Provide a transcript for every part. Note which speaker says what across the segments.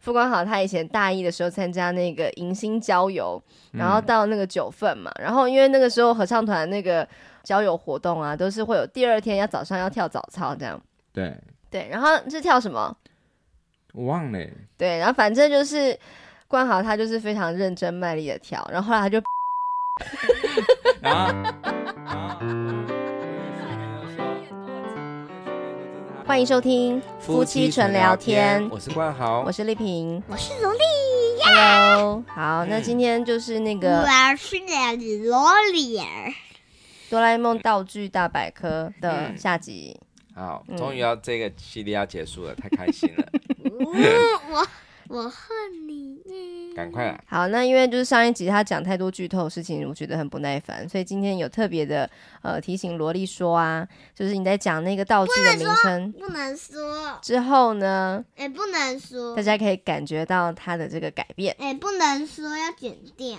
Speaker 1: 傅光好他以前大一的时候参加那个迎新郊游，然后到那个九份嘛，然后因为那个时候合唱团那个郊游活动啊，都是会有第二天要早上要跳早操这样。
Speaker 2: 对
Speaker 1: 对，然后是跳什么？
Speaker 2: 我忘了 欸，
Speaker 1: 对，然后反正就是冠豪他就是非常认真卖力的跳，然后后来他就
Speaker 2: 然后。然 后我
Speaker 1: 欢迎收听
Speaker 2: 我是冠豪，
Speaker 1: 我是丽萍
Speaker 3: 我是萝莉，
Speaker 1: ，Hello，好，那今天就是那个
Speaker 3: 我是萝莉儿。
Speaker 1: 哆啦 A 梦道具大百科的
Speaker 2: 嗯
Speaker 1: 下集。
Speaker 2: 好，
Speaker 1: 嗯
Speaker 2: 终于要这个系列要结束了，太开心 了，
Speaker 3: 嗯 我我恨你。
Speaker 2: 赶快啊来！
Speaker 1: 好，那因为就是上一集他讲太多剧透的事情，我觉得很不耐烦，所以今天有特别的呃提醒萝莉说啊，就是你在讲那个道具的名称
Speaker 3: 不能说，
Speaker 1: 之后呢，
Speaker 3: 哎、不能说
Speaker 1: 大，家可以感觉到它的这个改变。
Speaker 3: 哎、不能说，要剪掉。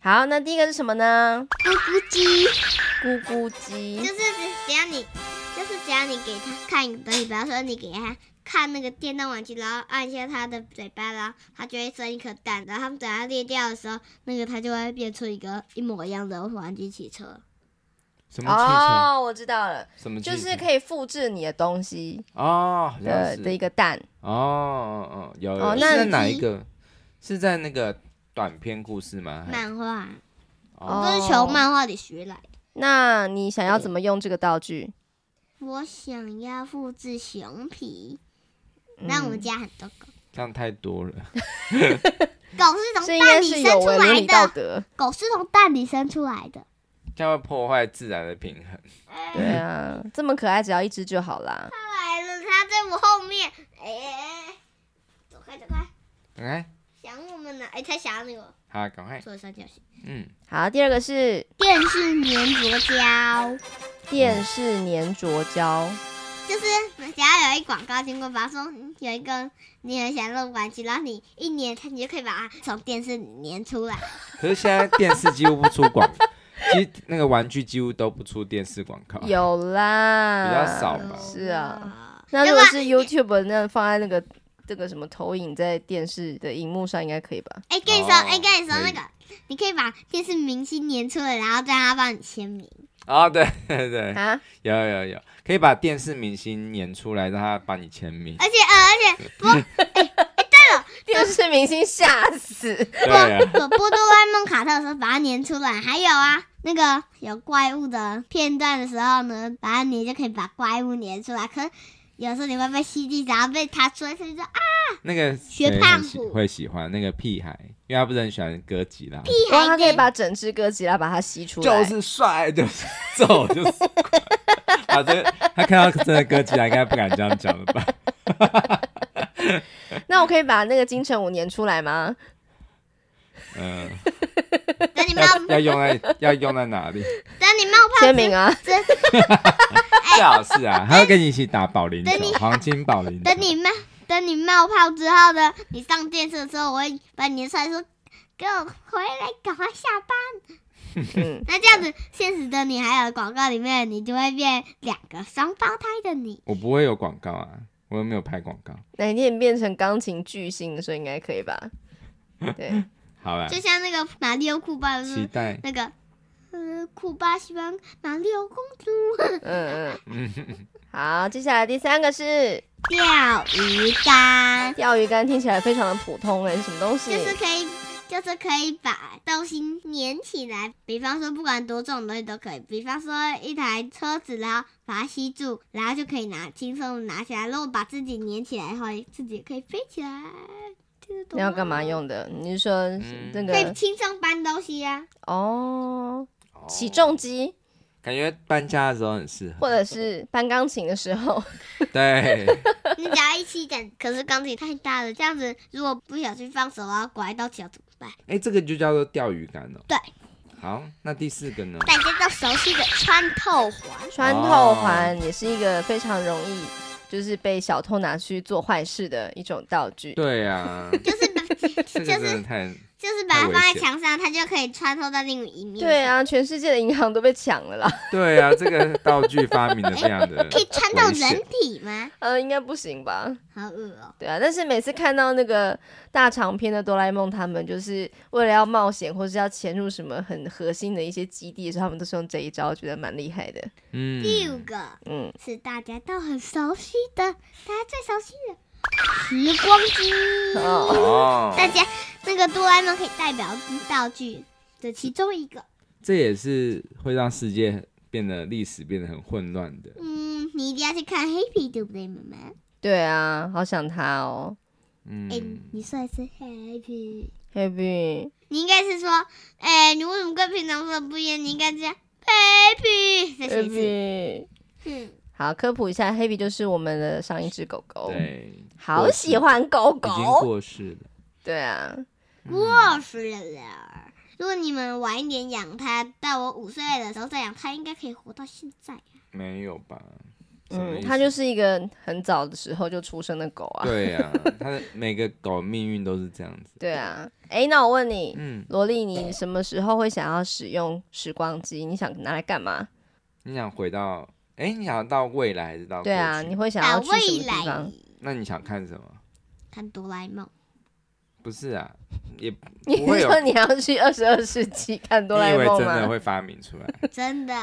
Speaker 1: 好，那第一个是什么呢？
Speaker 3: 咕咕鸡，
Speaker 1: 咕咕
Speaker 3: 就
Speaker 1: 鸡
Speaker 3: 是。只只要你，就是只要你给他看一个东西，比方说你给他看那个电动玩具，然后按一下他的嘴巴，然后他就会生一颗蛋，然后他们等它裂掉的时候，那个它就会变出一个一模一样的玩具汽车。
Speaker 2: 什么汽车？
Speaker 1: 哦，我知道了，
Speaker 2: 什么汽
Speaker 1: 就
Speaker 2: 车？
Speaker 1: 是可以复制你的东西
Speaker 2: 哦，好像
Speaker 1: 的的一
Speaker 2: 是
Speaker 1: 个蛋。
Speaker 2: 哦哦哦，有
Speaker 1: 哦
Speaker 2: 有是
Speaker 1: 那
Speaker 2: 在
Speaker 3: 你
Speaker 2: 哪一个？是在那个短篇故事吗？还
Speaker 3: 漫画，
Speaker 1: 哦
Speaker 2: 哦，
Speaker 3: 都是从漫画里学来的。
Speaker 1: 那你想要怎么用这个道具？
Speaker 3: 我想要复制熊皮，
Speaker 1: 嗯
Speaker 3: 那我们家很多狗，
Speaker 2: 这样太多了。
Speaker 3: 狗是
Speaker 1: 这
Speaker 3: 从
Speaker 1: 应该
Speaker 3: 蛋里
Speaker 1: 是
Speaker 3: 生
Speaker 1: 有
Speaker 3: 出
Speaker 1: 违伦
Speaker 3: 来
Speaker 1: 理道
Speaker 3: 的，
Speaker 1: 德。
Speaker 3: 狗是从蛋里生出来的。
Speaker 2: 这样会破坏自然的平衡。
Speaker 1: 对啊，这么可爱，只要一只就好啦。
Speaker 3: 它来了，它在我后面，哎、哎哎走开走开，
Speaker 2: OK，
Speaker 3: 想我们呢？哎、它想你我，
Speaker 2: 好，赶快，
Speaker 3: 做三角形，
Speaker 2: 嗯，
Speaker 1: 好，第二个是
Speaker 3: 电视粘着胶，
Speaker 1: 电视粘着
Speaker 2: 啊
Speaker 1: 胶。
Speaker 3: 就是只要有一广告经过，比方说嗯有一个你很想弄玩具，然后你一粘它，你就可以把它从电视里粘出来。
Speaker 2: 可是现在电视几乎不出广， 几那个玩具几乎都不出电视广告。
Speaker 1: 有啦，
Speaker 2: 比较少吧
Speaker 1: 是啊，
Speaker 3: 啊，
Speaker 1: 那如果是 YouTube 那样放在那个这个什么投影在电视的荧幕上，应该可以吧？
Speaker 3: 哎、跟你说，
Speaker 2: 哦
Speaker 3: 哎、跟你说，
Speaker 2: 可以
Speaker 3: 那个你可以把电视明星粘出来，然后再让他帮你签名。
Speaker 2: 哦，对 对对，
Speaker 1: 啊，
Speaker 2: 有有有，可以把电视明星撵出来，让他帮你签名。
Speaker 3: 而且，呃，而且
Speaker 1: 电视明星吓 死！
Speaker 2: 对啊，
Speaker 3: 我播哆啦 A 梦卡特的时候把它粘出来，还有啊，那个有怪物的片段的时候呢，把它粘就可以把怪物粘出来。可是有时候你会被吸进，然后被它追，所以说啊，
Speaker 2: 那个
Speaker 3: 学
Speaker 2: 谁
Speaker 3: 胖
Speaker 2: 会喜
Speaker 3: 虎
Speaker 2: 会喜欢那个屁孩，因为他不是很喜欢哥吉拉，
Speaker 3: 屁
Speaker 1: 哇，他
Speaker 3: 孩
Speaker 1: 可以
Speaker 3: 给
Speaker 1: 把整只哥吉拉把它吸出来，
Speaker 2: 就是帅，就是揍，就是快。啊，这个他看到真的哥吉拉，应该不敢这样讲了 吧？
Speaker 1: 那我可以把那个金城武粘出来吗？
Speaker 2: 嗯，
Speaker 3: 等你冒
Speaker 2: 要要用在要用在哪里？
Speaker 3: 等你冒泡
Speaker 1: 签名啊！
Speaker 2: 最好是啊，他会跟你一起打保龄球
Speaker 3: 哎等你，
Speaker 2: 黄金保龄球
Speaker 3: 等。你冒等你冒泡之后呢，你上电视的时候，我会把你粘出来说。给我回来，赶快下班。
Speaker 1: 嗯，
Speaker 3: 那这样子，现实的你还有广告里面的你就会变两个双胞胎的你。
Speaker 2: 我不会有广告啊，我又没有拍广告。
Speaker 1: 哪一天你变成钢琴巨星的时候，应该可以吧？ 对，
Speaker 2: 好
Speaker 1: 嗯
Speaker 2: 啦，
Speaker 3: 就像那个马里奥库巴
Speaker 2: 期
Speaker 3: 是
Speaker 2: 待。
Speaker 3: 那个，呃，库巴喜欢马里奥公主
Speaker 1: 嗯嗯嗯。好，接下来第三个是
Speaker 3: 钓鱼竿，
Speaker 1: 钓鱼竿，听起来非常的普通哎、是什么东西？
Speaker 3: 就是可以，就是可以把东西粘起来。比方说，不管多重的东西都可以。比方说，一台车子，然后把它吸住，然后就可以拿轻松地拿起来。如果把自己粘起来的话，自己也可以飞起来。听得懂
Speaker 1: 你要
Speaker 3: 吗
Speaker 1: 干嘛？用的？你是说
Speaker 2: 嗯
Speaker 1: 那
Speaker 3: 可以
Speaker 1: 个
Speaker 3: 轻松搬东西啊呀、
Speaker 1: 哦，起重机，
Speaker 2: 感觉搬家的时候很适合。
Speaker 1: 或者是搬钢琴的时候，
Speaker 2: 对，
Speaker 3: 你只要一起点，可是钢琴太大了，这样子如果不小心放手然后拐到脚怎么办？
Speaker 2: 哎、这个就叫做钓鱼竿哦。
Speaker 3: 对。
Speaker 2: 好，那第四个呢？
Speaker 3: 大家都熟悉的穿透环，
Speaker 1: 穿透环也是一个非常容易就是被小偷拿去做坏事的一种道具。
Speaker 2: 对啊，
Speaker 3: 就是
Speaker 2: 这个真的太
Speaker 3: 就是把它
Speaker 2: 太危
Speaker 3: 放在
Speaker 2: 险
Speaker 3: 墙上，它就可以穿透到另一面。
Speaker 1: 对，啊，全世界的银行都被抢了啦。
Speaker 2: 对啊，这个道具发明的非常的
Speaker 3: 可以穿到
Speaker 2: 危险
Speaker 3: 人体吗？
Speaker 1: 呃，应该不行吧？
Speaker 3: 好恶哦、
Speaker 1: 对啊，但是每次看到那个大长篇的哆啦 A 梦，他们就是为了要冒险或是要潜入什么很核心的一些基地的时候，他们都是用这一招，觉得蛮厉害的。
Speaker 2: 嗯，
Speaker 3: 第五个
Speaker 1: 嗯，
Speaker 3: 是大家都很熟悉的，大家最熟悉的时光机。
Speaker 1: 哦，
Speaker 2: 哦，
Speaker 3: 大家那个哆啦 A 梦可以代表道具的其中一个。
Speaker 2: 这也是会让世界变得历史变得很混乱的。
Speaker 3: 嗯，你一定要去看黑皮，对不对，妈妈？
Speaker 1: 对啊，好想他哦
Speaker 2: 嗯
Speaker 3: 哎、，你说的是黑皮，
Speaker 1: ，Happy，
Speaker 3: 你应该是说，哎、你为什么跟平常说的不一样？你应该这样，黑皮，再说一次。
Speaker 1: Happy。
Speaker 3: 嗯，
Speaker 1: 好，科普一下，Happy 就是我们的上一只狗狗，
Speaker 2: 对，
Speaker 1: 好喜欢狗
Speaker 2: 已经
Speaker 1: 狗。
Speaker 2: 过世了。
Speaker 1: 对啊，
Speaker 3: 嗯过世了。如果你们晚一点养它，到我五岁的时候再养它，应该可以活到现在。
Speaker 2: 没有吧？什么
Speaker 1: 嗯，
Speaker 2: 意
Speaker 1: 它
Speaker 2: 思
Speaker 1: 就是一个很早的时候就出生的狗啊。
Speaker 2: 对呀、它的每个狗命运都是 这样子。
Speaker 1: 对啊，哎，那我问你，
Speaker 2: 嗯，
Speaker 1: 萝莉，你什么时候会想要使用时光机？你想拿来干嘛？
Speaker 2: 你想回到，哎、你想要到未来还是到
Speaker 1: 对啊，
Speaker 2: 过
Speaker 1: 你
Speaker 2: 去
Speaker 1: 会想
Speaker 3: 到
Speaker 1: 要去
Speaker 3: 未
Speaker 1: 什么地
Speaker 3: 来
Speaker 1: 方？
Speaker 2: 那你想看什么？
Speaker 3: 看哆啦 A 梦，
Speaker 2: 不是啊，也
Speaker 1: 你
Speaker 2: 不会
Speaker 1: 是
Speaker 2: 有。
Speaker 1: 说你要去二十二世纪 看哆啦
Speaker 2: 你以
Speaker 1: A
Speaker 2: 为
Speaker 1: 梦
Speaker 2: 真的
Speaker 1: 吗？
Speaker 2: 会发明出来？
Speaker 3: 真的，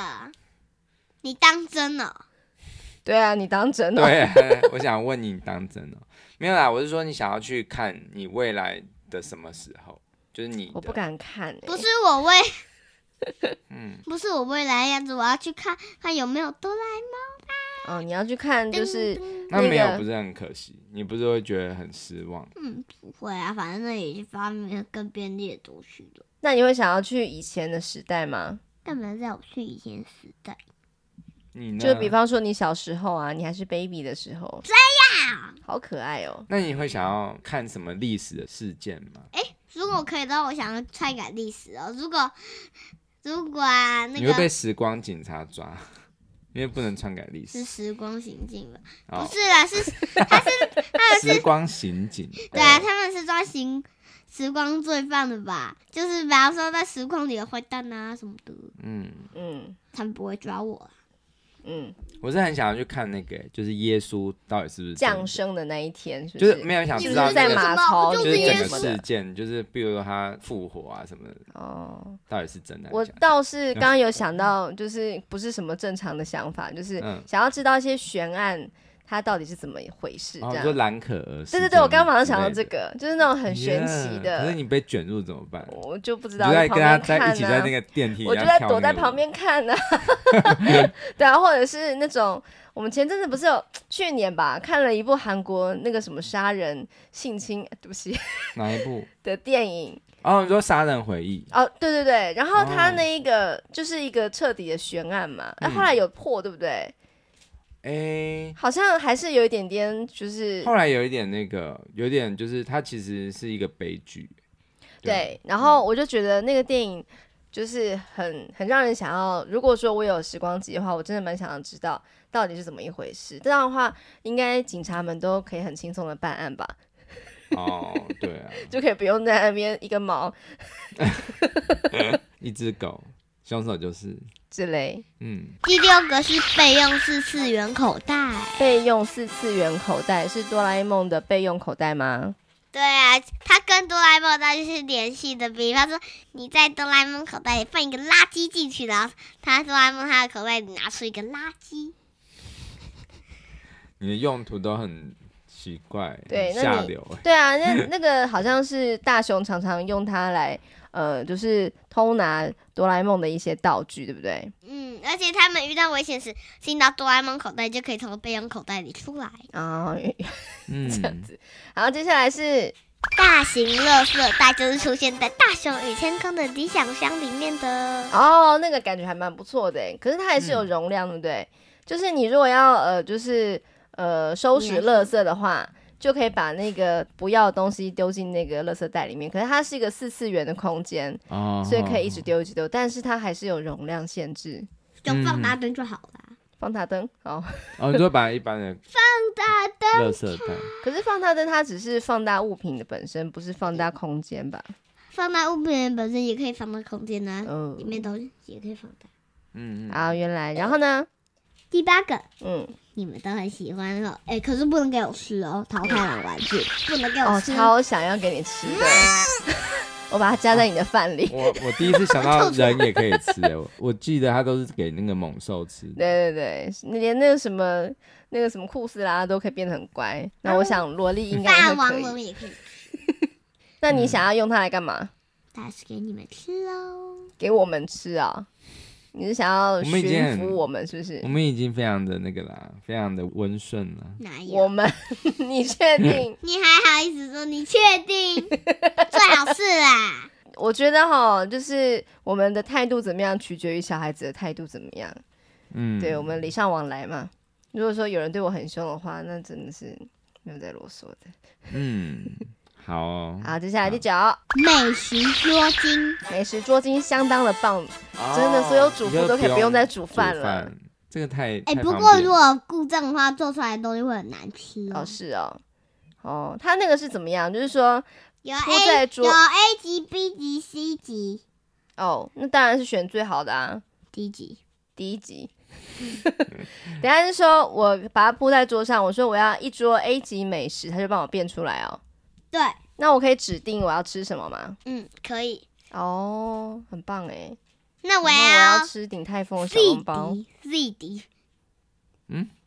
Speaker 3: 你当真了、
Speaker 1: 对啊，你当真哦。
Speaker 2: 对啊，我想问你当真哦、没有啦，我是说你想要去看你未来的什么时候，就是你
Speaker 1: 我
Speaker 2: 的
Speaker 1: 不敢看欸，
Speaker 3: 不是我未，
Speaker 2: 嗯，
Speaker 3: 不是我未来的样子，我要去看看有没有哆啦 A 梦。
Speaker 1: 哦，你要去看就是
Speaker 2: 那
Speaker 1: 那
Speaker 2: 没有
Speaker 1: 个
Speaker 2: 不是很可惜，你不是会觉得很失望？
Speaker 3: 嗯，不会啊，反正那也是发明了更便利的东西了，
Speaker 1: 那你会想要去以前的时代吗？
Speaker 3: 干嘛在我去以前时代？
Speaker 2: 你呢？
Speaker 1: 就比方说你小时候啊，你还是 baby 的时候，这样好可爱哦。
Speaker 2: 那你会想要看什么历史的事件吗？
Speaker 3: 如果可以的话，我想要篡改历史哦。如果如果啊，那
Speaker 2: 你会被
Speaker 3: 个
Speaker 2: 时光警察抓，因为不能篡改历
Speaker 3: 是
Speaker 2: 史。
Speaker 3: 时光行进吧？
Speaker 2: 哦
Speaker 3: 不，是啦， 是
Speaker 2: 时光刑警。
Speaker 3: 啊对啊，他们是抓行时光罪犯的吧？就是比方说在时空里的坏蛋啊什么的，
Speaker 2: 嗯，
Speaker 1: 嗯
Speaker 3: 他们不会抓我啊。
Speaker 1: 嗯，
Speaker 2: 我是很想要去看那个，就是耶稣到底是不是真的
Speaker 1: 降，生的那一天是不？
Speaker 2: 就是是没有想
Speaker 3: 你
Speaker 2: 知
Speaker 3: 们
Speaker 2: 道
Speaker 3: 是
Speaker 2: 那
Speaker 1: 在
Speaker 2: 个，
Speaker 1: 马槽
Speaker 3: 就
Speaker 2: 就是是
Speaker 3: 耶
Speaker 2: 整个
Speaker 3: 稣
Speaker 2: 事件，就是比如说他复活啊什么的，
Speaker 1: 哦，
Speaker 2: 到底是真的还
Speaker 1: 我
Speaker 2: 是假的？
Speaker 1: 倒是刚刚有想到，就是不是什么正常的想法，就是
Speaker 2: 嗯
Speaker 1: 想要知道一些悬案它到底是怎么一回事
Speaker 2: 然
Speaker 1: 这
Speaker 2: 后
Speaker 1: 样。
Speaker 2: 哦说蓝可
Speaker 1: 对
Speaker 2: 儿事件之类的，
Speaker 1: 对对，我刚刚马上想到这个，就是那种很玄奇
Speaker 2: Yeah，可是
Speaker 1: 的，
Speaker 2: 你被卷入怎么办？
Speaker 1: 我就不知
Speaker 2: 你
Speaker 1: 道
Speaker 2: 就在
Speaker 1: 在旁
Speaker 2: 跟他
Speaker 1: 边
Speaker 2: 在一起在
Speaker 1: 看
Speaker 2: 那
Speaker 1: 啊。
Speaker 2: 个电梯一样
Speaker 1: 我
Speaker 2: 跳
Speaker 1: 就
Speaker 2: 那个
Speaker 1: 在
Speaker 2: 舞，
Speaker 1: 躲在旁边看呢、 啊，对啊，或者是那种我们前阵子不是有去年吧，看了一部韩国那个什么杀人性侵，对不起
Speaker 2: 哪一部？
Speaker 1: 的电影
Speaker 2: 哦，你说杀人回忆，
Speaker 1: 哦，对对对，然后他
Speaker 2: 哦
Speaker 1: 那一个就是一个彻底的悬案嘛，那、
Speaker 2: 嗯
Speaker 1: 后来有破对不对？
Speaker 2: 哎，
Speaker 1: 好像还是有一点点就是
Speaker 2: 后来有一点那个，有点就是它其实是一个悲剧。
Speaker 1: 对，然后我就觉得那个电影就是很很让人想要。如果说我有时光机的话，我真的蛮想要知道到底是怎么一回事。这样的话，应该警察们都可以很轻松的办案吧，
Speaker 2: 哦，对啊，
Speaker 1: 就可以不用在那边一个毛
Speaker 2: 一只狗，凶手就是，
Speaker 1: 之类。
Speaker 2: 嗯，
Speaker 3: 第六个是备用式次元口袋。
Speaker 1: 备用四次元口袋是哆啦 A 梦的备用口袋吗？
Speaker 3: 对啊，它跟哆啦 A 梦它就是联系的。比方说，你在哆啦 A 梦口袋里放一个垃圾进去，然后它哆啦 A 梦它的口袋里拿出一个垃圾。
Speaker 2: 你的用途都很奇怪，
Speaker 1: 对
Speaker 2: 很
Speaker 1: 那
Speaker 2: 下
Speaker 1: 你
Speaker 2: 流 欸。
Speaker 1: 对啊，那那个好像是大雄常常用它来，呃，就是偷拿哆啦 A 梦的一些道具，对不对？
Speaker 3: 嗯，而且他们遇到危险时，进到哆啦 A 梦口袋就可以从备用口袋里出来。
Speaker 1: 啊、这样
Speaker 2: 嗯，
Speaker 1: 子。 然后接下来是
Speaker 3: 大型垃圾袋就是出现在《大雄与天空的理想乡》里面的。
Speaker 1: 哦，那个感觉还蛮不错的欸，可是它还是有
Speaker 2: 嗯
Speaker 1: 容量，对不对？就是你如果要呃，就是呃收
Speaker 3: 你来
Speaker 1: 拾垃圾的话，就可以把那个不要的东西丢进那个垃圾袋里面。可是它是一个四次元的空间，
Speaker 2: 哦，
Speaker 1: 所以可以一直丢一直丢，但是它还是有容量限制。
Speaker 3: 就放大灯就好了。
Speaker 1: 放大灯哦，
Speaker 2: 哦，你说把一般的
Speaker 3: 大灯
Speaker 2: 垃圾袋，
Speaker 1: 可是放大灯它只是放大物品的本身，不是放大空间吧？
Speaker 3: 贩卖物品本身也可以放到空间呢、
Speaker 1: 嗯
Speaker 3: 里，面东西也可以放大。
Speaker 2: 嗯嗯，
Speaker 1: 啊，原来，然后呢？
Speaker 3: 第八个，
Speaker 1: 嗯，
Speaker 3: 你们都很喜欢哦，哎、可是不能给我吃哦，淘汰了玩具，不能给
Speaker 1: 哦，
Speaker 3: 我吃。
Speaker 1: 超想要给你吃 的，我把它加在你的饭里。
Speaker 2: 我我第一次 想到人也可以吃、欸，我我记得他都是给那个猛兽吃。
Speaker 1: 对对对，你连那个什么那个什么库斯拉都可以变得很乖。那我想嗯萝莉应该
Speaker 3: 霸
Speaker 1: 也会
Speaker 3: 王
Speaker 1: 可
Speaker 3: 龙
Speaker 1: 以。
Speaker 3: 也可以，
Speaker 1: 那
Speaker 2: 嗯
Speaker 1: 你想要用它来干嘛？
Speaker 3: 但是给你们吃哦。
Speaker 1: 给我们吃啊？你是想要
Speaker 2: 我们已经
Speaker 1: 驯
Speaker 2: 很
Speaker 1: 服我们是不是
Speaker 2: 我？们已经非常的那个啦，非常的温顺了。
Speaker 3: 哪
Speaker 1: 我
Speaker 3: 有？
Speaker 1: 们， 你确定？
Speaker 3: 你还好意思说你确 定？最好是啊啦。
Speaker 1: 我觉得哈，就是我们的态度怎么样，取决于小孩子的态度怎么样。
Speaker 2: 嗯，
Speaker 1: 对我们礼尚往来嘛。如果说有人对我很凶的话，那真的是没有在啰嗦的。
Speaker 2: 嗯，好哦，
Speaker 1: 好，接下来第
Speaker 2: 好
Speaker 1: 九，
Speaker 3: 美食捉金，
Speaker 1: 美食捉金相当的棒，啊真
Speaker 2: 啊
Speaker 1: 的所有
Speaker 2: 哦
Speaker 1: 主妇都可以不用再煮
Speaker 2: 煮
Speaker 1: 饭了。
Speaker 2: 这个太
Speaker 3: 哎、
Speaker 2: 太
Speaker 3: 不
Speaker 2: 方
Speaker 3: 过
Speaker 2: 便
Speaker 3: 如果故障的话，做出来的东西会很难
Speaker 1: 哦，
Speaker 3: 吃
Speaker 2: 嗯
Speaker 3: 哦。
Speaker 1: 是哦，哦，他那个是怎么样？就是说，
Speaker 3: 有
Speaker 1: 铺在
Speaker 3: A
Speaker 1: 桌
Speaker 3: 有 A 级、B 级、C 级、
Speaker 1: 哦，那当然是选最好的啊，
Speaker 3: D 级。
Speaker 1: 第一集。
Speaker 2: 嗯
Speaker 1: 等一下是说我把它铺在桌上，我说我要一桌 A 级美食，他就帮我变出来哦。
Speaker 3: 对，
Speaker 1: 那我可以指定我要吃什么吗？
Speaker 3: 嗯，可以。
Speaker 1: 哦，很棒哎！
Speaker 3: 那我
Speaker 1: 哦那我要
Speaker 3: 要
Speaker 1: 吃鼎泰丰的
Speaker 3: Z
Speaker 1: 小笼包
Speaker 3: 级，Z 级。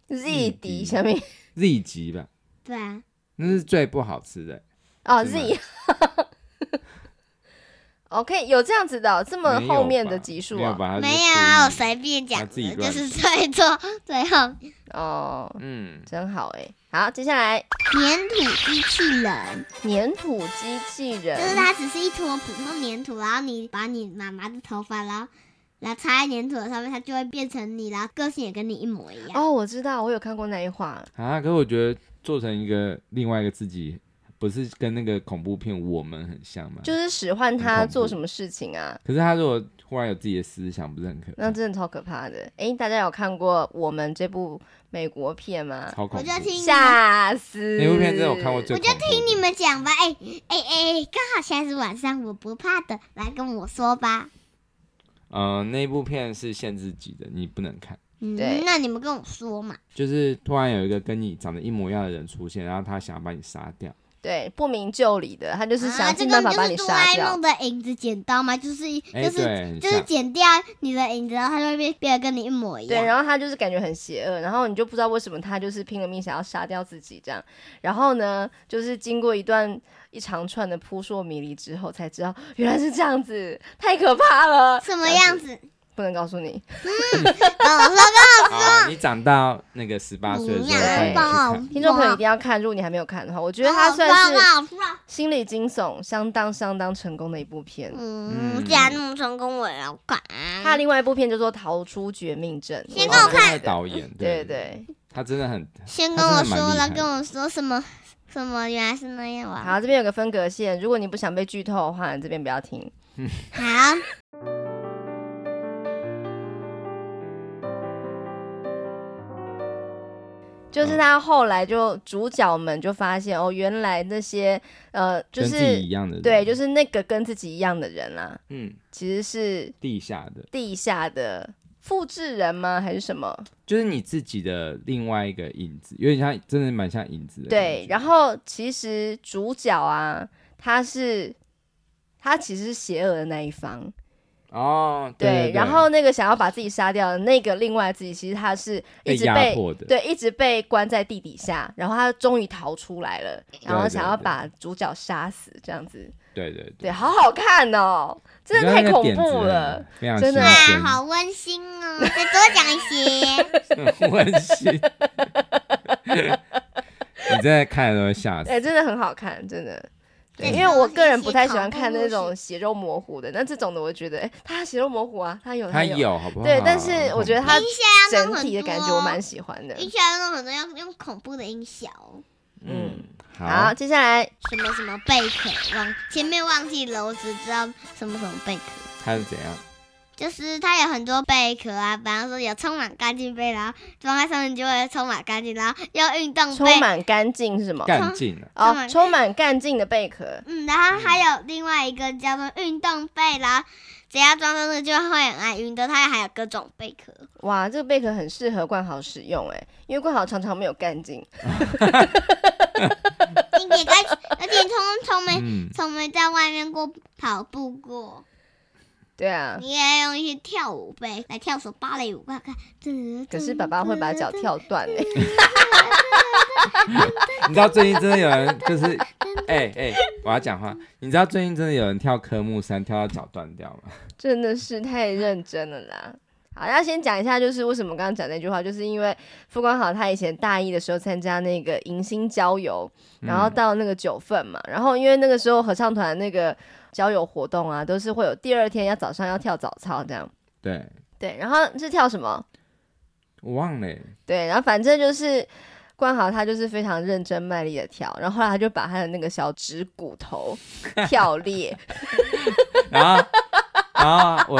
Speaker 1: ，Z 迪
Speaker 2: 迪
Speaker 1: 下面
Speaker 2: Z 级吧，
Speaker 3: 对啊，
Speaker 2: 那是最不好吃的。
Speaker 1: 哦
Speaker 2: 是吗
Speaker 1: Z。OK，有这样子的哦、这么
Speaker 2: 没有
Speaker 1: 后面的
Speaker 2: 吧
Speaker 1: 级数
Speaker 2: 没有
Speaker 1: 啊、
Speaker 2: 吧？它就是
Speaker 3: 没有啊，我
Speaker 2: 故意
Speaker 3: 随便讲
Speaker 2: 自己
Speaker 3: 的，就
Speaker 2: 乱
Speaker 3: 是最做最后面
Speaker 1: 哦，
Speaker 2: 嗯，
Speaker 1: 真好哎。好，接下来
Speaker 3: 粘土机器人，
Speaker 1: 粘土机器
Speaker 3: 就是
Speaker 1: 人，
Speaker 3: 它只是一坨普通粘土，然后你把你妈妈的头发，然后然后插在粘土的上面，它就会变成你，然后个性也跟你一模一样。
Speaker 1: 哦，我知道，我有看过那一画，
Speaker 2: 啊，可是我觉得做成一个另外一个自己，不是跟那个恐怖片我们很像吗？
Speaker 1: 就是使唤
Speaker 2: 很
Speaker 1: 他
Speaker 2: 恐怖
Speaker 1: 做什么事情啊，
Speaker 2: 可是他如果忽然有自己的思想，不是很可怕
Speaker 1: 那？真的超可怕的。诶，大家有看过《我们》这部美国片吗？
Speaker 2: 超恐
Speaker 3: 我
Speaker 2: 怖
Speaker 3: 就！听你们，
Speaker 1: 吓死！
Speaker 2: 那部片真的我看过最
Speaker 3: 我
Speaker 2: 恐
Speaker 3: 就
Speaker 2: 怖的。
Speaker 3: 听你们讲吧。哎哎哎，刚好现在是晚上，我不怕的，来跟我说吧。
Speaker 2: 嗯、那部片是限制级的，你不能看。
Speaker 3: 嗯
Speaker 1: 对，
Speaker 3: 那你们跟我说嘛。
Speaker 2: 就是突然有一个跟你长得一模一样的人出现，然后他想把你杀掉。
Speaker 1: 对，不明就里的，他就是
Speaker 3: 啊
Speaker 1: 想
Speaker 3: 这
Speaker 1: 尽
Speaker 3: 个
Speaker 1: 办法
Speaker 3: 就是
Speaker 1: 把你
Speaker 3: 哆
Speaker 1: 杀
Speaker 3: 啦 A
Speaker 1: 掉。
Speaker 3: 梦的影子剪刀吗？就是
Speaker 2: 哎、
Speaker 3: 就是
Speaker 2: 对，很
Speaker 3: 就是
Speaker 2: 像
Speaker 3: 剪掉你的影子，然后它就会变变得跟你一模一
Speaker 1: 对，
Speaker 3: 样。
Speaker 1: 然后他就是感觉很邪恶，然后你就不知道为什么他就是拼了命想要杀掉自己这样。然后呢，就是经过一段一长串的扑朔迷离之后，才知道原来是这样子，太可怕了。
Speaker 3: 什么
Speaker 1: 这
Speaker 3: 样
Speaker 1: 子？
Speaker 3: 子？
Speaker 1: 不能告诉你。
Speaker 3: 帮我说，
Speaker 2: 啊，你长到那个十八岁的时
Speaker 1: 呀
Speaker 2: 候带你去
Speaker 3: 棒哦
Speaker 2: 看。
Speaker 1: 听众朋友一定要看，如果你还没有看的话，我觉得它
Speaker 3: 帮
Speaker 1: 算
Speaker 3: 我
Speaker 1: 是
Speaker 3: 帮我说。
Speaker 1: 心理惊悚相当相当成功的一部片。
Speaker 3: 嗯，
Speaker 2: 嗯
Speaker 3: 既然那么成功，我也啊要干。
Speaker 1: 它另外一部片叫做《逃出绝命镇》，
Speaker 2: 哦
Speaker 3: 先
Speaker 1: 我
Speaker 3: 跟我
Speaker 1: 觉得
Speaker 2: 看导演，
Speaker 1: 对
Speaker 2: 对
Speaker 1: 对，
Speaker 2: 他真的很
Speaker 3: 先跟我
Speaker 2: 他真的蛮
Speaker 3: 说
Speaker 2: 厉害
Speaker 3: 了，
Speaker 2: 的
Speaker 3: 跟我说什么什么，原来是那样玩。
Speaker 1: 好，这边有个分隔线，如果你不想被剧透的话，你这边不要听。
Speaker 3: 好，
Speaker 1: 就是
Speaker 2: 嗯
Speaker 1: 他后来就主角们就发现哦，原来那些呃，就
Speaker 2: 跟自己一
Speaker 1: 是
Speaker 2: 样的人，
Speaker 1: 对，就是那个跟自己一样的人啊，
Speaker 2: 嗯，
Speaker 1: 其实是
Speaker 2: 地下的，
Speaker 1: 地下的复制人吗？还是什么？
Speaker 2: 就是你自己的另外一个影子，有点像，真的蛮像影子的感觉。
Speaker 1: 对，然后其实主角啊，他是他其实是邪恶的那一方，
Speaker 2: 哦，
Speaker 1: 对
Speaker 2: 对，对
Speaker 1: 然后那个想要把自己杀掉的那个另外自己，其实他是一
Speaker 2: 被
Speaker 1: 直
Speaker 2: 压
Speaker 1: 被
Speaker 2: 迫的，
Speaker 1: 对一直被关在地底下，然后他终于逃出来了，然后
Speaker 2: 对对
Speaker 1: 想要
Speaker 2: 对
Speaker 1: 把主角杀死，这样子，
Speaker 2: 对对
Speaker 1: 对，好好看哦，真的
Speaker 2: 你知道那
Speaker 1: 太
Speaker 2: 个
Speaker 1: 恐
Speaker 2: 点子
Speaker 1: 怖
Speaker 2: 很
Speaker 1: 了。，
Speaker 2: 非常
Speaker 1: 真的
Speaker 2: 新
Speaker 3: 啊
Speaker 2: 鲜，
Speaker 3: 好温馨 哦，再多讲一些。
Speaker 2: 很温馨。你真的看了都会吓死
Speaker 1: 哎、。真的很好看，真的。对，
Speaker 3: 对
Speaker 1: 因为我个人不太喜
Speaker 3: 一
Speaker 1: 欢
Speaker 3: 些恐
Speaker 1: 看
Speaker 3: 怖
Speaker 1: 那
Speaker 3: 故
Speaker 1: 种
Speaker 3: 事
Speaker 1: 血肉模糊的，那这种的我觉得，哎、他血肉模糊啊，他有，
Speaker 2: 他
Speaker 1: 有，
Speaker 2: 有好不好？
Speaker 1: 对，但是我觉得他
Speaker 3: 音效要
Speaker 1: 整
Speaker 3: 弄很
Speaker 1: 体的感觉
Speaker 3: 多哦
Speaker 1: 我蛮喜欢的。
Speaker 3: 音效要弄很多，要用恐怖的音效哦，
Speaker 2: 嗯
Speaker 1: 好，
Speaker 2: 好，
Speaker 1: 接下来
Speaker 3: 什么什么贝壳忘前面忘记了，我只知道什么什么贝壳。
Speaker 1: 哦
Speaker 2: 他是怎样？
Speaker 3: 就是它有很多贝壳啊，比方说有充满干净贝，然后装在上面就会充满干净，然后用运动
Speaker 1: 充
Speaker 3: 嗯贝，
Speaker 1: 满干净是什么？
Speaker 2: 干净啊，
Speaker 1: 哦，
Speaker 3: 满
Speaker 1: 充满干劲的贝壳，
Speaker 3: 嗯，然后还有另外一个叫做运动贝，然后只要装上去就会很爱运动，它还有各种贝壳。
Speaker 1: 哇，这个贝壳很适合冠豪使用哎，因为冠豪常常没有干劲，
Speaker 3: 你也该， 而且你从从没
Speaker 2: 嗯，
Speaker 3: 从没在外面过跑步过，
Speaker 1: 对啊。
Speaker 3: 你也用一些跳舞呗，来跳首芭蕾舞看看。
Speaker 1: 可是爸爸会把脚跳断哎，
Speaker 2: 你知道最近真的有人就是，哎哎，我要讲话，你知道最近真的有人跳科目三跳到脚断掉吗？
Speaker 1: 真的是太认真了啦。好，那先讲一下，就是为什么刚刚讲那句话，就是因为傅光豪他以前大一的时候参加那个迎新郊游，然
Speaker 2: 嗯
Speaker 1: 后到那个九份嘛，然后因为那个时候合唱团那个郊游活动啊，都是会有第二天要早上要跳早操这样，
Speaker 2: 对，
Speaker 1: 对，然后是跳什么？
Speaker 2: 我忘了欸，
Speaker 1: 对，然后反正就是冠豪他就是非常认真卖力的跳，然后后来他就把他的那个小指骨 头跳裂，
Speaker 2: 然后然后我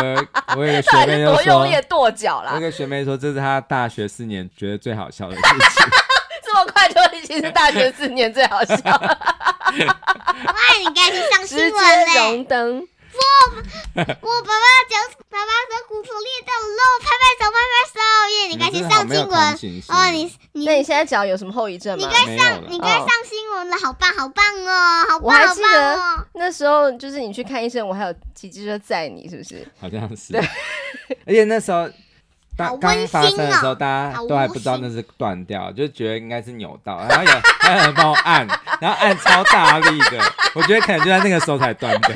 Speaker 2: 我有一个
Speaker 1: 他
Speaker 2: 学
Speaker 1: 就
Speaker 2: 妹就
Speaker 1: 多
Speaker 2: 说
Speaker 1: 用力，地跺脚
Speaker 2: 我有
Speaker 1: 啦
Speaker 2: 一，个学妹说这是她大学四年觉得最好笑的事情，
Speaker 1: 这么快就已经是大学四年最好笑，
Speaker 3: 哎哇，你该去上
Speaker 1: 直
Speaker 3: 新闻
Speaker 1: 接
Speaker 3: 嘞！
Speaker 1: 荣登。
Speaker 3: 我爸爸讲，爸爸的骨头裂掉了，拍拍手，拍拍手， 耶！你该去
Speaker 2: 真的好
Speaker 3: 上
Speaker 2: 没有
Speaker 3: 新
Speaker 2: 同
Speaker 3: 闻
Speaker 2: 情心
Speaker 3: 哦，你你
Speaker 1: 那你现在脚有什么后遗症
Speaker 3: 你
Speaker 1: 吗？
Speaker 3: 该
Speaker 2: 没有
Speaker 3: 上，
Speaker 2: 了
Speaker 3: 你该上新闻了，好棒，好棒哦，好
Speaker 1: 我还
Speaker 3: 棒，好
Speaker 1: 记
Speaker 3: 棒哦！
Speaker 1: 那时候就是你去看医生，我还有骑机车载你，是 不是？
Speaker 2: 好像是
Speaker 1: 对，
Speaker 2: 而且那时候。
Speaker 3: 好
Speaker 2: 当
Speaker 3: 温
Speaker 2: 刚发生的时
Speaker 3: 馨
Speaker 2: 候，
Speaker 3: 哦
Speaker 2: 大
Speaker 3: 好
Speaker 2: 家都还
Speaker 3: 窝
Speaker 2: 不知道
Speaker 3: 心
Speaker 2: 那是断掉，就觉得应该是扭到，然后有还有人帮我按， 然后按超大力的，我觉得可能就在那个时候才断 掉。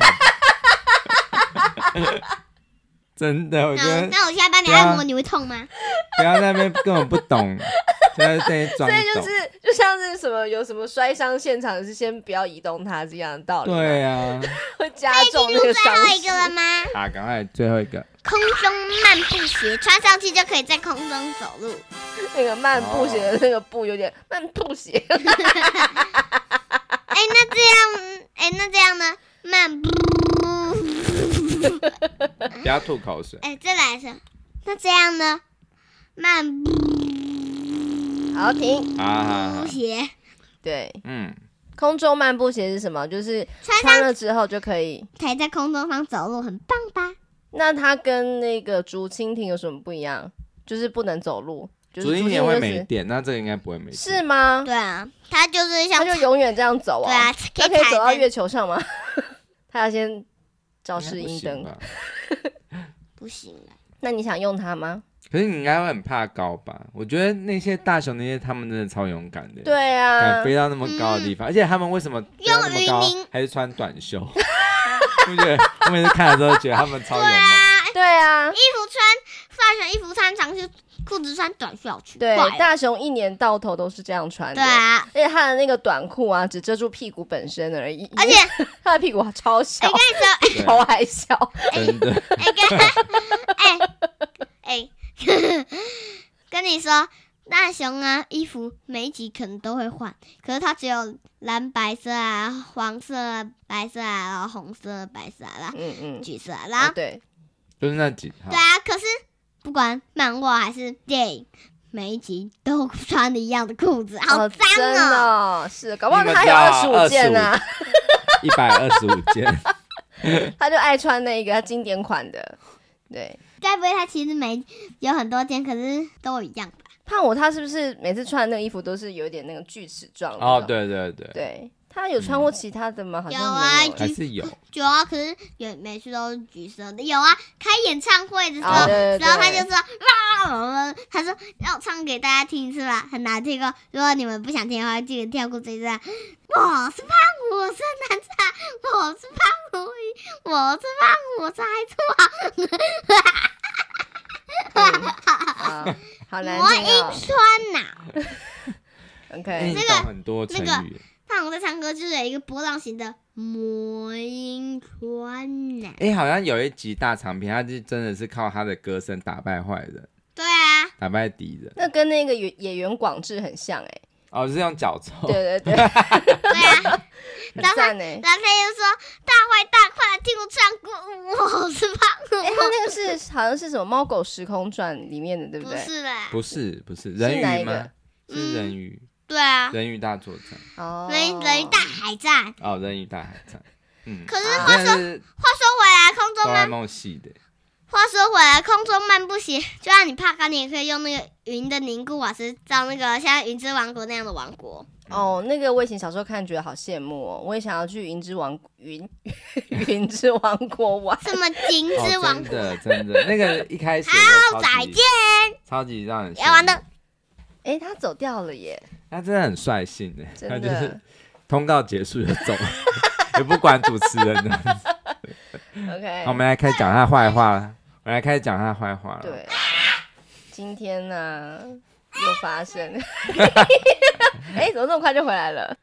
Speaker 2: 真的，我觉
Speaker 3: 那
Speaker 2: 得
Speaker 3: 那我现在帮你
Speaker 2: 对啊
Speaker 3: 按摩，你会痛吗？
Speaker 2: 不要在那边根本不懂，就在那边装
Speaker 1: 所以就
Speaker 2: 懂。
Speaker 1: 是就像是什么有什么摔伤现场是先不要移动它这样的道理嘛，
Speaker 2: 对啊，
Speaker 1: 会加重那个
Speaker 3: 最
Speaker 1: 伤
Speaker 3: 后一
Speaker 1: 势
Speaker 3: 个。了吗？
Speaker 2: 啊，赶快最后一个，
Speaker 3: 空中漫步鞋穿上去就可以在空中走路。
Speaker 1: 那个慢步鞋的那个步有 点慢步鞋，
Speaker 3: 哎，那这样，嗯哎，那这样呢？漫步，
Speaker 2: 不要吐口水。
Speaker 3: 哎，再来一次。那这样呢？漫步
Speaker 1: 好停。
Speaker 2: 啊，好
Speaker 1: 嗯
Speaker 2: 好
Speaker 3: 鞋
Speaker 1: 对，
Speaker 2: 嗯，
Speaker 1: 空中漫步鞋是什么？就是
Speaker 3: 穿
Speaker 1: 穿
Speaker 3: 上
Speaker 1: 了之后就可以。
Speaker 3: 才在空中上走路，很棒吧？
Speaker 1: 那它跟那个竹蜻蜓有什么不一样？就是不能走路，就是
Speaker 2: 竹
Speaker 1: 蜻
Speaker 2: 蜻
Speaker 1: 蜓
Speaker 2: 蜓会
Speaker 1: 就
Speaker 2: 没
Speaker 1: 是
Speaker 2: 电，那这个应该不会没电。
Speaker 1: 是吗？
Speaker 3: 对啊，它就是像
Speaker 1: 它就永远这样走哦。
Speaker 3: 对啊，
Speaker 1: 它可
Speaker 3: 以
Speaker 1: 以
Speaker 3: 踩
Speaker 1: 走到
Speaker 3: 在
Speaker 1: 月球上吗？ 它要先
Speaker 2: 应
Speaker 1: 照
Speaker 2: 该
Speaker 1: 示
Speaker 2: 不
Speaker 1: 应
Speaker 2: 行
Speaker 1: 灯。
Speaker 2: 吧？
Speaker 3: 不行了。
Speaker 1: 那你想用它吗？
Speaker 2: 可是你应该会很怕高吧？我觉得那些大熊那些他们真的超勇敢的，，
Speaker 1: 对啊嗯
Speaker 2: 敢，飞到那么高的地方，而且他们为什么飞到那么
Speaker 3: 用云
Speaker 2: 高
Speaker 3: 林
Speaker 2: 还是穿短袖？我觉得我每次看的时候觉得他们超勇猛，
Speaker 1: 对啊，
Speaker 3: 衣服穿，大选衣服穿长袖，裤子穿短袖，好奇怪
Speaker 1: 对
Speaker 3: 哦。，
Speaker 1: 大熊一年到头都是这样穿的。
Speaker 3: 对啊，
Speaker 1: 而且他的那个短裤啊，只遮住屁股本身而已。
Speaker 3: 而且
Speaker 1: 他的屁股超
Speaker 3: 哎
Speaker 1: 小，
Speaker 3: 那
Speaker 1: 比头还小。
Speaker 2: 真的。
Speaker 3: 时候，哎跟哎哎， 跟你说，大熊啊，衣服每一集可能都会换，可是它只有蓝白色啊、黄色啊、白色啊，然后红色、白色啊，然后
Speaker 1: 嗯嗯，
Speaker 3: 橘色啊，然
Speaker 1: 啊
Speaker 3: 后
Speaker 1: 对，
Speaker 2: 就是那几套
Speaker 3: 对，啊，可是不管漫画还是电影，每一集都穿的一样的裤子，好
Speaker 1: 哦
Speaker 3: 脏
Speaker 1: 真的
Speaker 3: 哦！
Speaker 1: 哦，是，搞不好
Speaker 2: 你们
Speaker 1: 他有
Speaker 2: 家
Speaker 1: 二
Speaker 2: 啊
Speaker 1: 十五件呢，
Speaker 2: 一百二十五 件，
Speaker 1: 啊他就爱穿那个经典款的。对，
Speaker 3: 该不会它其实每有很多件，可是都一样吧？
Speaker 1: 胖虎他是不是每次穿那个衣服都是有点那个锯齿状的？
Speaker 2: 哦，，对对对，
Speaker 1: 对，他有穿过其他的吗？好像
Speaker 3: 有
Speaker 1: 没
Speaker 3: 啊
Speaker 1: 有欸
Speaker 2: 还是有。
Speaker 3: 有啊，可是有每次都是橘色的。有啊，开演唱会的时
Speaker 1: 哦
Speaker 3: 候，啊
Speaker 1: 对对对
Speaker 3: 然后他就说哇，他说要唱给大家听一次吧，很难听哦。如果你们不想听的话，记得跳过这一段。我是胖虎，我是男子汉，我是胖虎，我是胖虎，我是孩子
Speaker 1: 啊，好难
Speaker 3: 王。我
Speaker 1: 听
Speaker 3: 硬
Speaker 1: 哦。
Speaker 3: 穿呐、
Speaker 2: 哎，
Speaker 1: OK，
Speaker 2: 你懂很多成
Speaker 3: 那
Speaker 2: 语。
Speaker 3: 胖虎在唱歌就是有一个波浪形的魔音穿呐、
Speaker 2: 哎，好像有一集大长篇，他就真的是靠他的歌声打败坏人，
Speaker 3: 对啊，
Speaker 2: 打败敌人。
Speaker 1: 那跟那个演演员广志很像哎。
Speaker 2: 哦，就是用脚臭。
Speaker 1: 对对对，
Speaker 3: 对啊，
Speaker 1: 很
Speaker 3: 然后
Speaker 1: 赞哎。
Speaker 3: 然后他就说：“大坏蛋，快来听我唱歌，我是胖哦
Speaker 1: 哎、
Speaker 3: 虎。
Speaker 1: 他那个是好像是什么《猫狗时空传》里面的，对
Speaker 3: 不
Speaker 1: 对？
Speaker 3: 是啦，
Speaker 2: 不是不是人
Speaker 1: 哪一
Speaker 2: 鱼
Speaker 1: 个
Speaker 2: 吗？是人鱼，
Speaker 3: 对啊，
Speaker 2: 人鱼大作战
Speaker 1: 哦，
Speaker 3: 人人鱼大海战。
Speaker 2: 哦，人鱼大海战。嗯，
Speaker 3: 可是
Speaker 1: 啊
Speaker 3: 话
Speaker 2: 真的
Speaker 3: 说
Speaker 2: 是
Speaker 3: 话说回来，空中
Speaker 2: 哆啦
Speaker 3: 漫
Speaker 2: A 梦系的，
Speaker 3: 话说回来，空中漫步鞋，就算你怕高，你也可以用那个云的凝固瓦斯造那个像云之王国那样的王国。
Speaker 1: 哦，那个我以前小时候看觉得好羡慕哦，我也想要去云之王云云之王国玩。
Speaker 3: 什么金
Speaker 2: 哦，
Speaker 3: 之王
Speaker 2: 真
Speaker 3: 国？
Speaker 2: 的真 的，那个一开始好
Speaker 3: 再见，
Speaker 2: 超级让人
Speaker 3: 要完的
Speaker 2: 羡慕，
Speaker 1: 哎、他走掉了耶，
Speaker 2: 他真的很率性的，
Speaker 1: 真
Speaker 2: 他就
Speaker 1: 的
Speaker 2: 是通告结束就走， 也不管主持人的。
Speaker 1: OK，
Speaker 2: 好我们来开始讲他坏话了，我们来开始讲他坏话了。，
Speaker 1: 对，今天呢、又发生， 哎、怎么那么快就回来了？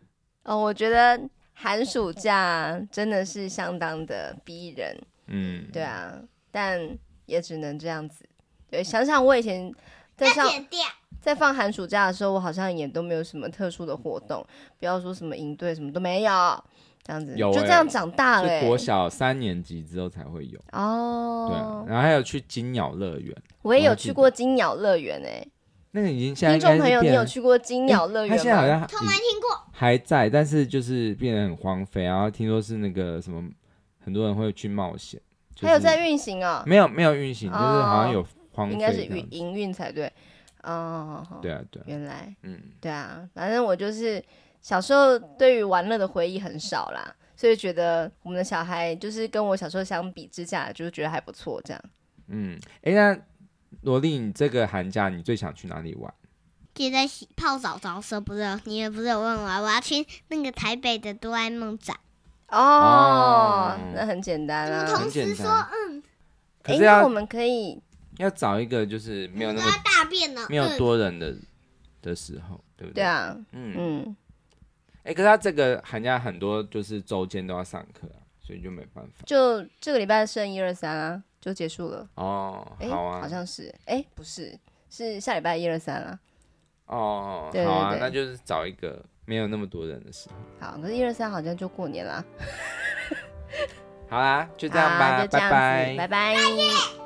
Speaker 1: 哦，我觉得寒暑假真的是相当的逼人，
Speaker 2: 嗯，
Speaker 1: 对啊，但也只能这样子。对，想想我以前在上
Speaker 3: 要剪掉。
Speaker 1: 在放寒暑假的时候，我好像也都没有什么特殊的活动，不要说什么营队，什么都没有，这样子
Speaker 2: 有
Speaker 1: 就
Speaker 2: 欸
Speaker 1: 这样长大了、
Speaker 2: 是
Speaker 1: 欸。
Speaker 2: 国小三年级之后才会有，对啊
Speaker 1: 哦，，
Speaker 2: 然后还有去金鸟乐园，
Speaker 1: 我也
Speaker 2: 我还
Speaker 1: 有
Speaker 2: 记
Speaker 1: 去
Speaker 2: 得
Speaker 1: 过金鸟乐园欸诶、
Speaker 2: 那个已经现在
Speaker 1: 听
Speaker 2: 应
Speaker 1: 众
Speaker 2: 该是
Speaker 1: 朋友，你
Speaker 2: 变
Speaker 1: 有
Speaker 2: 得
Speaker 1: 去过金鸟乐园吗？
Speaker 2: 它现在好像
Speaker 3: 从没
Speaker 2: 已
Speaker 3: 听过，
Speaker 2: 还在，但是就是变得很荒废，然后听说是那个什么，很多人会去冒险，就是、嗯
Speaker 1: 还有在运行哦，
Speaker 2: 没有没有运行，
Speaker 1: 哦
Speaker 2: 就是好像有荒废
Speaker 1: 应
Speaker 2: 这样
Speaker 1: 该
Speaker 2: 子，
Speaker 1: 是运营运才对。哦，好好
Speaker 2: 对啊对啊，
Speaker 1: 原来
Speaker 2: 嗯，
Speaker 1: 对啊，反正我就是小时候对于玩乐的回忆很少啦，所以觉得我们的小孩就是跟我小时候相比之下，就是觉得还不错这样。
Speaker 2: 嗯，哎、那萝莉，你这个寒假你最想去哪里玩？
Speaker 3: 记得洗泡澡澡时候不是你也不是有问我，我要去那个台北的哆啦 A 梦展。
Speaker 1: 哦
Speaker 2: 哦，
Speaker 1: 那很简单
Speaker 3: 我
Speaker 1: 啊。
Speaker 3: 同
Speaker 2: 很
Speaker 3: 时
Speaker 2: 简
Speaker 3: 说，
Speaker 2: 单
Speaker 3: 嗯，
Speaker 2: 可
Speaker 1: 哎，
Speaker 2: 是
Speaker 1: 那
Speaker 2: 要、
Speaker 1: 我们可以
Speaker 2: 要找一个就是没有那
Speaker 3: 我要
Speaker 2: 么
Speaker 3: 大便了，
Speaker 2: 没有
Speaker 3: 嗯、
Speaker 2: 多人的、的时候，对不
Speaker 1: 对啊，
Speaker 2: 嗯哎、
Speaker 1: 嗯，
Speaker 2: 诶可是他这个寒假很多就是周间都要上课啊，所以就没办法。
Speaker 1: 就这个礼拜剩一二三啊，就结束了。
Speaker 2: 哦，
Speaker 1: 哎，
Speaker 2: 好啊，
Speaker 1: 好像是，哎，不是，是下礼拜一二三啊。
Speaker 2: 哦，
Speaker 1: 对
Speaker 2: 好啊，
Speaker 1: 对对
Speaker 2: 那就是找一个没有那么多人的时候。
Speaker 1: 好，可是一二三好像就过年啦。啊
Speaker 2: 好啦，就这样吧，
Speaker 1: 好就这样子，
Speaker 2: 拜
Speaker 1: 拜拜